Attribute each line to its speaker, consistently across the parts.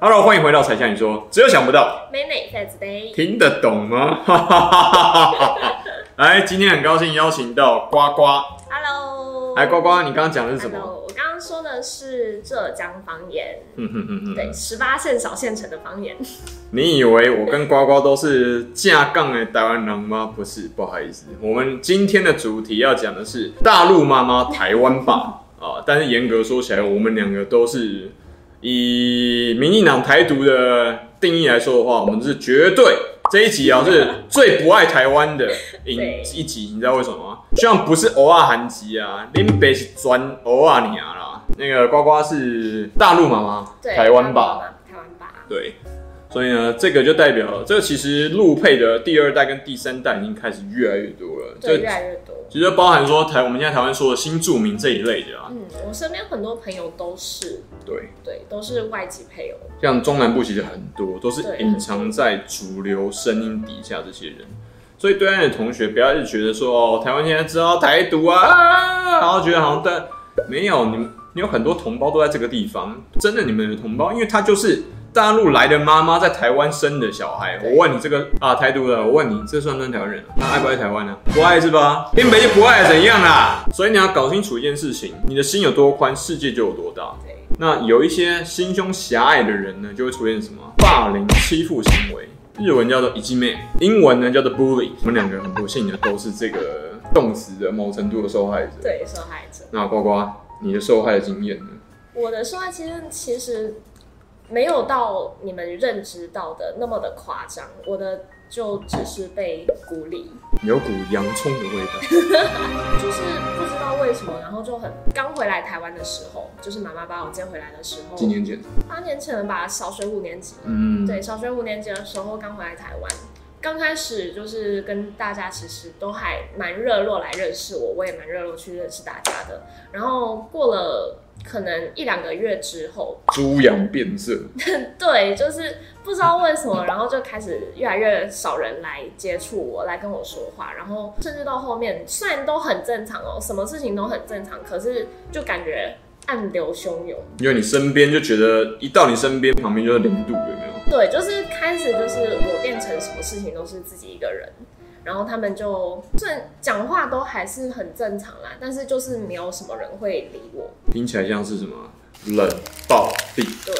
Speaker 1: Hello，欢迎回到彩象你说，只有想不到，
Speaker 2: 美美在这边，
Speaker 1: 听得懂吗？ 哈哈哈哈哈！来，今天很高兴邀请到呱呱，
Speaker 2: Hello，
Speaker 1: 来哎呱呱，你刚刚讲的是什
Speaker 2: Hello，
Speaker 1: 么？
Speaker 2: 我刚刚说的是浙江方言，
Speaker 1: 嗯哼哼
Speaker 2: 对，
Speaker 1: 哼，
Speaker 2: 十八线小县城的方言，
Speaker 1: 你以为我跟呱呱都是架杠的台湾人吗？不是，不好意思，我们今天的主题要讲的是大陆妈妈台湾 爸啊，但是严格说起来，我们两个都是以民进党台独的定义来说的话，我们是绝对这一集啊是最不爱台湾的 一
Speaker 2: 对
Speaker 1: 一集，你知道为什么吗？虽然不是偶尔韩籍啊，林北是专偶尔你啊啦，那个呱呱是大陆妈妈，
Speaker 2: 对，
Speaker 1: 台湾吧，，
Speaker 2: 台湾吧，
Speaker 1: 对。所以呢，这个就代表了，这个其实陆配的第二代跟第三代已经开始越来越多了。
Speaker 2: 对，
Speaker 1: 这
Speaker 2: 越来越多。
Speaker 1: 其实包含说台我们现在台湾说的新住民这一类的啊，
Speaker 2: 嗯，我身边很多朋友都是，
Speaker 1: 对，
Speaker 2: 对，都是外籍配偶，
Speaker 1: 像中南部其实很多都是
Speaker 2: 对
Speaker 1: 隐藏在主流声音底下这些人，所以对岸的同学不要一直觉得说哦，台湾现在知道台独啊，然后觉得好像但没有你们，你有很多同胞都在这个地方，真的你们的同胞，因为他就是大陆来的妈妈在台湾生的小孩。我问你这个啊，台独的，我问你这算不算台湾人、啊？他爱不爱台湾呢、不爱是吧？并没就不爱怎样啦？所以你要搞清楚一件事情，你的心有多宽，世界就有多大。
Speaker 2: 对，
Speaker 1: 那有一些心胸狭隘的人呢，就会出现什么霸凌、欺负行为，日文叫做 i j i m e 英文呢叫做 bully。我们两个很不幸的都是这个动词的某程度的受害者。
Speaker 2: 对，受害者。
Speaker 1: 那呱呱，你的受害的经验呢？
Speaker 2: 我的受害其实其实没有到你们认知到的那么的夸张，我的就只是被孤立，
Speaker 1: 有股洋葱的味道。
Speaker 2: 就是不知道为什么，然后就很刚回来台湾的时候，就是妈妈把我接回来的时候，
Speaker 1: 几年前，
Speaker 2: 八年前了吧，小学五年级，
Speaker 1: 嗯，
Speaker 2: 对，小学五年级的时候刚回来台湾。刚开始就是跟大家其实都还蛮热络来认识我，我也蛮热络去认识大家的。然后过了可能一两个月之后，
Speaker 1: 猪羊变色。
Speaker 2: 对，就是不知道为什么，然后就开始越来越少人来接触我，来跟我说话，然后甚至到后面，虽然都很正常哦，什么事情都很正常，可是就感觉暗流汹涌。
Speaker 1: 因为你身边就觉得一到你身边旁边就是零度，有没有？
Speaker 2: 对，就是开始就是我变成什么事情都是自己一个人，然后他们就虽然讲话都还是很正常啦，但是就是没有什么人会理我。
Speaker 1: 听起来像是什么冷暴力。
Speaker 2: 对，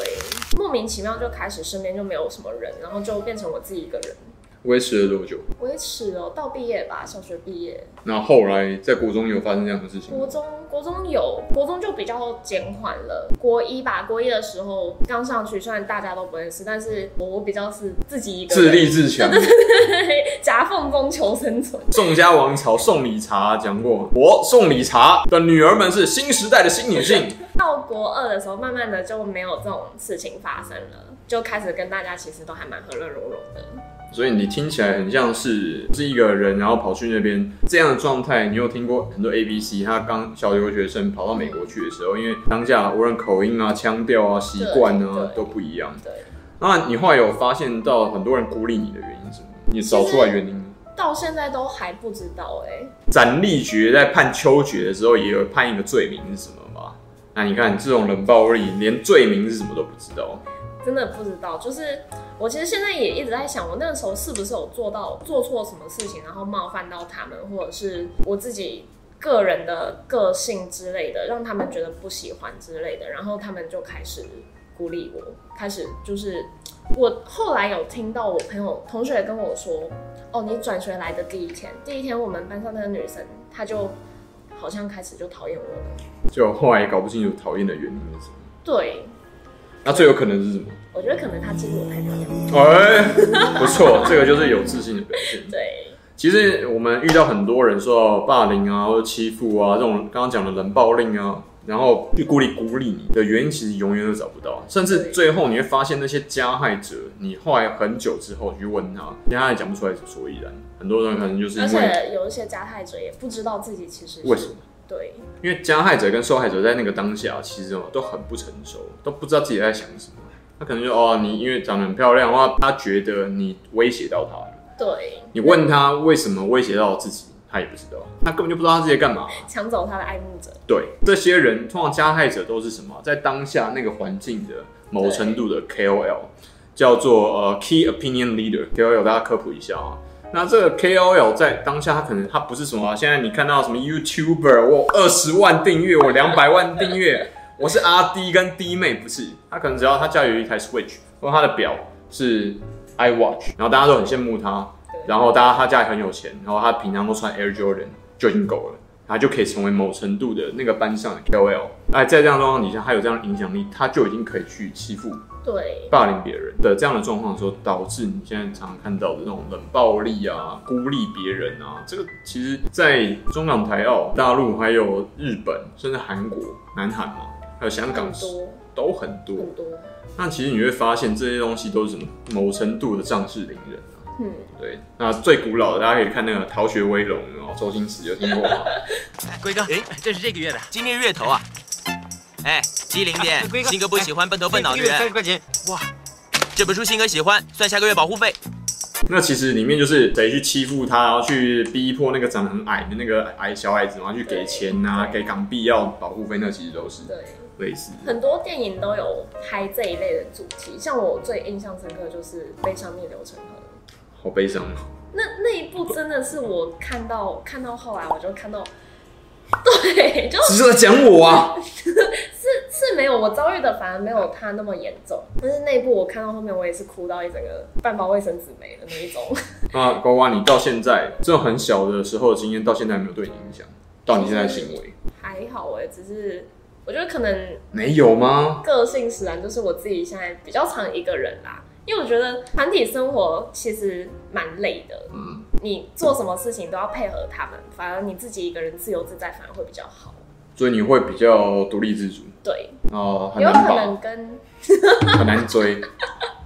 Speaker 2: 莫名其妙就开始身边就没有什么人，然后就变成我自己一个人。
Speaker 1: 维持了多久？
Speaker 2: 维持了到毕业吧，小学毕业，
Speaker 1: 那后来在国中有发生这样的事情吗
Speaker 2: 国？中国中有国中就比较减缓了，国一吧，国一的时候刚上去，虽然大家都不认识，但是我我比较是自己一个
Speaker 1: 自
Speaker 2: 人
Speaker 1: 立自强。
Speaker 2: 夹缝中求生存。
Speaker 1: 宋家王朝宋理查讲过，我宋理查的女儿们是新时代的新女性。
Speaker 2: 到国二的时候，慢慢的就没有这种事情发生了，就开始跟大家其实都还蛮和乐融融的。
Speaker 1: 所以你听起来很像是是一个人，然后跑去那边这样的状态。你有听过很多 A B C，他刚小留学生跑到美国去的时候，因为当下无论口音啊、腔调啊、习惯啊
Speaker 2: 对对
Speaker 1: 都不一样。
Speaker 2: 对，
Speaker 1: 那你后来有发现到很多人孤立你的原因是什么？你找出来原因吗？
Speaker 2: 到现在都还不知道哎、
Speaker 1: 斩立决在判秋决的时候，也有判一个罪名是什么吧？那你看这种冷暴力，连罪名是什么都不知道。
Speaker 2: 真的不知道，就是我其实现在也一直在想，我那个时候是不是有做到做错什么事情，然后冒犯到他们，或者是我自己个人的个性之类的，让他们觉得不喜欢之类的，然后他们就开始孤立我，开始就是我后来有听到我朋友同学跟我说，哦，你转学来的第一天，第一天我们班上那个女生，她就好像开始就讨厌我了，
Speaker 1: 就后来也搞不清楚讨厌的原因是什么。
Speaker 2: 对
Speaker 1: 那最有可能是什么？
Speaker 2: 我觉得可能她其实我太讨厌了，
Speaker 1: 哎、 不错，这个就是有自信的表现。
Speaker 2: 对。
Speaker 1: 其实我们遇到很多人受到霸凌啊、或者欺负啊这种刚刚讲的冷暴力啊，然后去孤立孤立你的原因，其实永远都找不到，甚至最后你会发现那些加害者，你后来很久之后你去问他，他也讲不出来所以然。很多人可能就是
Speaker 2: 而
Speaker 1: 因为
Speaker 2: 且有一些加害者也不知道自己其实是
Speaker 1: 为什么？
Speaker 2: 对
Speaker 1: 因为加害者跟受害者在那个当下其实哦都很不成熟，都不知道自己在想什么。他可能就哦，你因为长得很漂亮的话，他觉得你威胁到他了。
Speaker 2: 对
Speaker 1: 哦你问他为什么威胁到自己，他也不知道，他根本就不知道他自己在干嘛。
Speaker 2: 抢走他的爱慕者，
Speaker 1: 对，这些人通常加害者都是什么？在当下那个环境的某程度的 KOL，叫啊做呃 Key Opinion Leader KOL，大家科普一下啊。那这个 KOL 在当下，他可能他不是什么啊、现在你看到什么 YouTuber，我二十万订阅，我两百万订阅， 我是阿 D 跟 D 妹，不是，他可能只要他家有一台 Switch，或他的表是 iWatch，然后大家都很羡慕他，
Speaker 2: 对
Speaker 1: 然后大家他家里很有钱，然后他平常都穿 Air Jordan 就已经够了，他就可以成为某程度的那个班上的 KOL。哎，在这样的状况底下，他有这样的影响力，他就已经可以去欺负、
Speaker 2: 对，
Speaker 1: 霸凌别人的这样的状况的时候，导致你现在常常看到的那种冷暴力啊、孤立别人啊，这个其实在中港台澳、大陆还有日本，甚至韩国、南韩嘛，还有香港
Speaker 2: 很多
Speaker 1: 都很多。
Speaker 2: 很多，
Speaker 1: 那其实你会发现这些东西都是什么某程度的仗势凌人啊。
Speaker 2: 嗯，
Speaker 1: 对，那最古老的大家可以看那个《逃学威龙》哦，周星驰有听过吗？
Speaker 3: 龟哥，哎， 这是这个月的，今天月头啊。
Speaker 4: 哎，机灵点
Speaker 3: 龟，哥
Speaker 4: 新哥不喜欢笨头笨 脑的
Speaker 3: 三
Speaker 4: 人
Speaker 3: 十。块钱，哇，
Speaker 4: 这本书新哥喜欢，算下个月保护费。
Speaker 1: 那其实里面就是谁去欺负他，然后去逼迫那个长得很矮的那个矮小矮子嘛，然后去给钱呐、给港币要保护费，那其实都是
Speaker 2: 对。
Speaker 1: 类似的。
Speaker 2: 很多电影都有拍这一类的主题，像我最印象深刻就是《悲伤逆流成河》。
Speaker 1: 好悲伤哦，
Speaker 2: 那那一部真的是我看到看到后来，我就看到，对，就
Speaker 1: 只是在讲我啊！
Speaker 2: 哦是没有我遭遇的，反而没有他那么严重。但是那一部我看到后面，我也是哭到一整个半包卫生纸没了那一种。
Speaker 1: 啊，呱呱，你到现在这种很小的时候的经验，到现在有没有对你影响，到你现在的行为
Speaker 2: 还好哎、只是我觉得可能
Speaker 1: 没有吗？
Speaker 2: 个性使然，就是我自己现在比较常一个人啦。因为我觉得团体生活其实蛮累的，
Speaker 1: 嗯，
Speaker 2: 你做什么事情都要配合他们，反而你自己一个人自由自在反而会比较好。
Speaker 1: 所以你会比较独立自主
Speaker 2: 对，
Speaker 1: 哦，很
Speaker 2: 有
Speaker 1: 难
Speaker 2: 可能
Speaker 1: 保，
Speaker 2: 跟
Speaker 1: 很难追，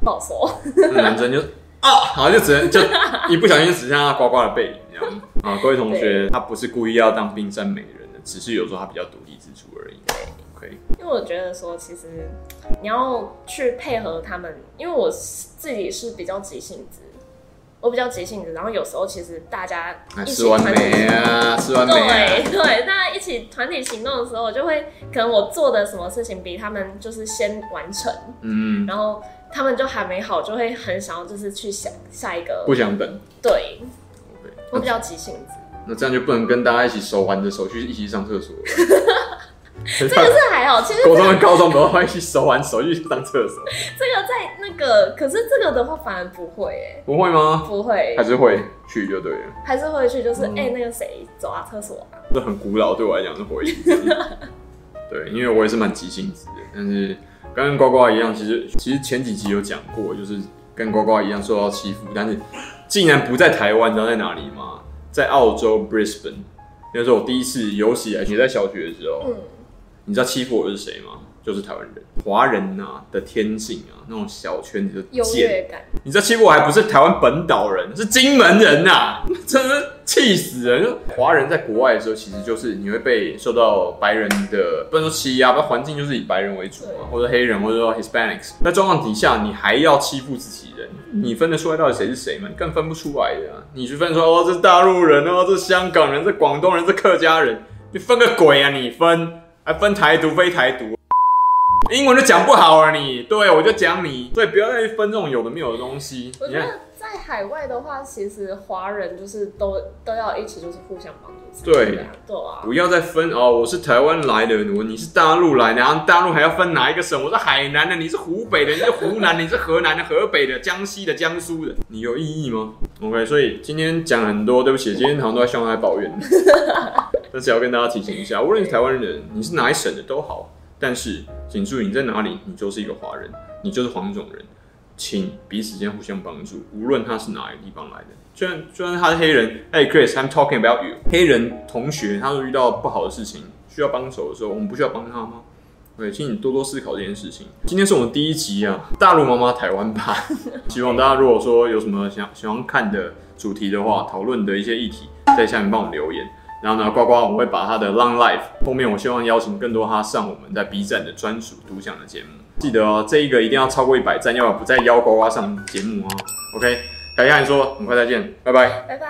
Speaker 2: 不好说，
Speaker 1: 很难追，就啊，好像就只能就一不小心只剩下呱呱的背影这样
Speaker 2: 嗯
Speaker 1: 啊。各位同学，他不是故意要当冰山美人的，只是有时候他比较独立自主而已。OK，
Speaker 2: 因为我觉得说，其实你要去配合他们，因为我是自己是比较急性子，我比较急性子，然后有时候其实大家
Speaker 1: 那
Speaker 2: 一
Speaker 1: 吃
Speaker 2: 起
Speaker 1: 完
Speaker 2: 团体
Speaker 1: 没啊？吃完没啊？
Speaker 2: 对 对，大家一起团体行动的时候，我就会可能我做的什么事情比他们就是先完成，
Speaker 1: 嗯，
Speaker 2: 然后他们就还没好，就会很想要就是去想下一个
Speaker 1: 不。想等。
Speaker 2: 对，
Speaker 1: OK，
Speaker 2: 我比较急性子，
Speaker 1: 那这样就不能跟大家一起手挽着手去一起上厕 所了。
Speaker 2: 这个是还好，其实
Speaker 1: 国中跟 高中不会一起手挽手去上厕所，
Speaker 2: 这个在那个，可是这个的话反而不会哎、
Speaker 1: 不会吗？
Speaker 2: 不会
Speaker 1: 还，是会去就对了，
Speaker 2: 还是会去，就是哎、
Speaker 1: 嗯
Speaker 2: 欸那个谁走啊，厕所啊，
Speaker 1: 这很古老对我来讲是回忆。 对，因为我也是蛮急性子的，但是跟呱呱一样，其实其实前几集有讲过，就是跟呱呱一样受到欺负，但是竟然不在台湾，你知道在哪里吗？在澳洲 Brisbane，那是我第一次有史以来，你在小学的时候，
Speaker 2: 嗯，
Speaker 1: 你知道欺负我是谁吗？就是台湾人，华人呐、的天性啊，那种小圈子的
Speaker 2: 优
Speaker 1: 贱。
Speaker 2: 越感，
Speaker 1: 你知道欺负我还不是台湾本岛人，是金门人呐、 真的是气死人！就华人在国外的时候，其实就是你会被受到白人的不能说欺压，不然环境就是以白人为主嘛，或者黑人，或者说 Hispanics。那状况底下，你还要欺负自己人，你分得出来到底谁是谁吗？你更分不出来的、啊。你去分说哦，这是大陆人哦，这是香港人，这是广东人，这是客家人，你分个鬼啊！你分还分台独非台独，英文都讲不好了啊你，对我就讲你，所以不要再去分这种有的没有的东西。
Speaker 2: 我
Speaker 1: 你
Speaker 2: 觉
Speaker 1: 看，
Speaker 2: 得在海外的话，其实华人就是都都要一起就是互相帮助，
Speaker 1: 对
Speaker 2: 啊，对啊，
Speaker 1: 不要再分哦，我是台湾来的，我你是大陆来的，然后大陆还要分哪一个省？我是海南的，你是湖北的，你是湖南的，你是河南的、河北的、江西的、江苏的，你有意义吗？OK，所以今天讲很多，对不起，今天好像都在向外抱怨， 但是要跟大家提醒一下，无论是台湾人，你是哪一省的都好，但是请注意你在哪里，你就是一个华人，你就是黄种人。请彼此间互相帮助，无论他是哪一个地方来的。虽然虽然他是黑人，哎、c h r i s i m talking about you。黑人同学，他说遇到不好的事情需要帮手的时候，我们不需要帮他吗？对，请你多多思考这件事情。今天是我们第一集啊，大陆妈妈台湾版。 希望大家如果说有什么想喜欢看的主题的话，讨论的一些议题，在下面帮我留言。然后呢，呱呱我会把他的 Long Life 后面，我希望邀请更多他上我们在 B 站的专属独享的节目。记得哦，这一个一定要超过一百赞，要不然不再邀呱呱上节目哦。OK，小鸭你说，我们快再见，拜拜。
Speaker 2: 拜拜。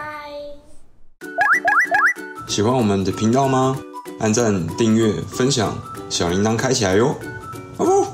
Speaker 5: 喜欢我们的频道吗？按赞、订阅、分享，小铃铛开起来哟！哦不。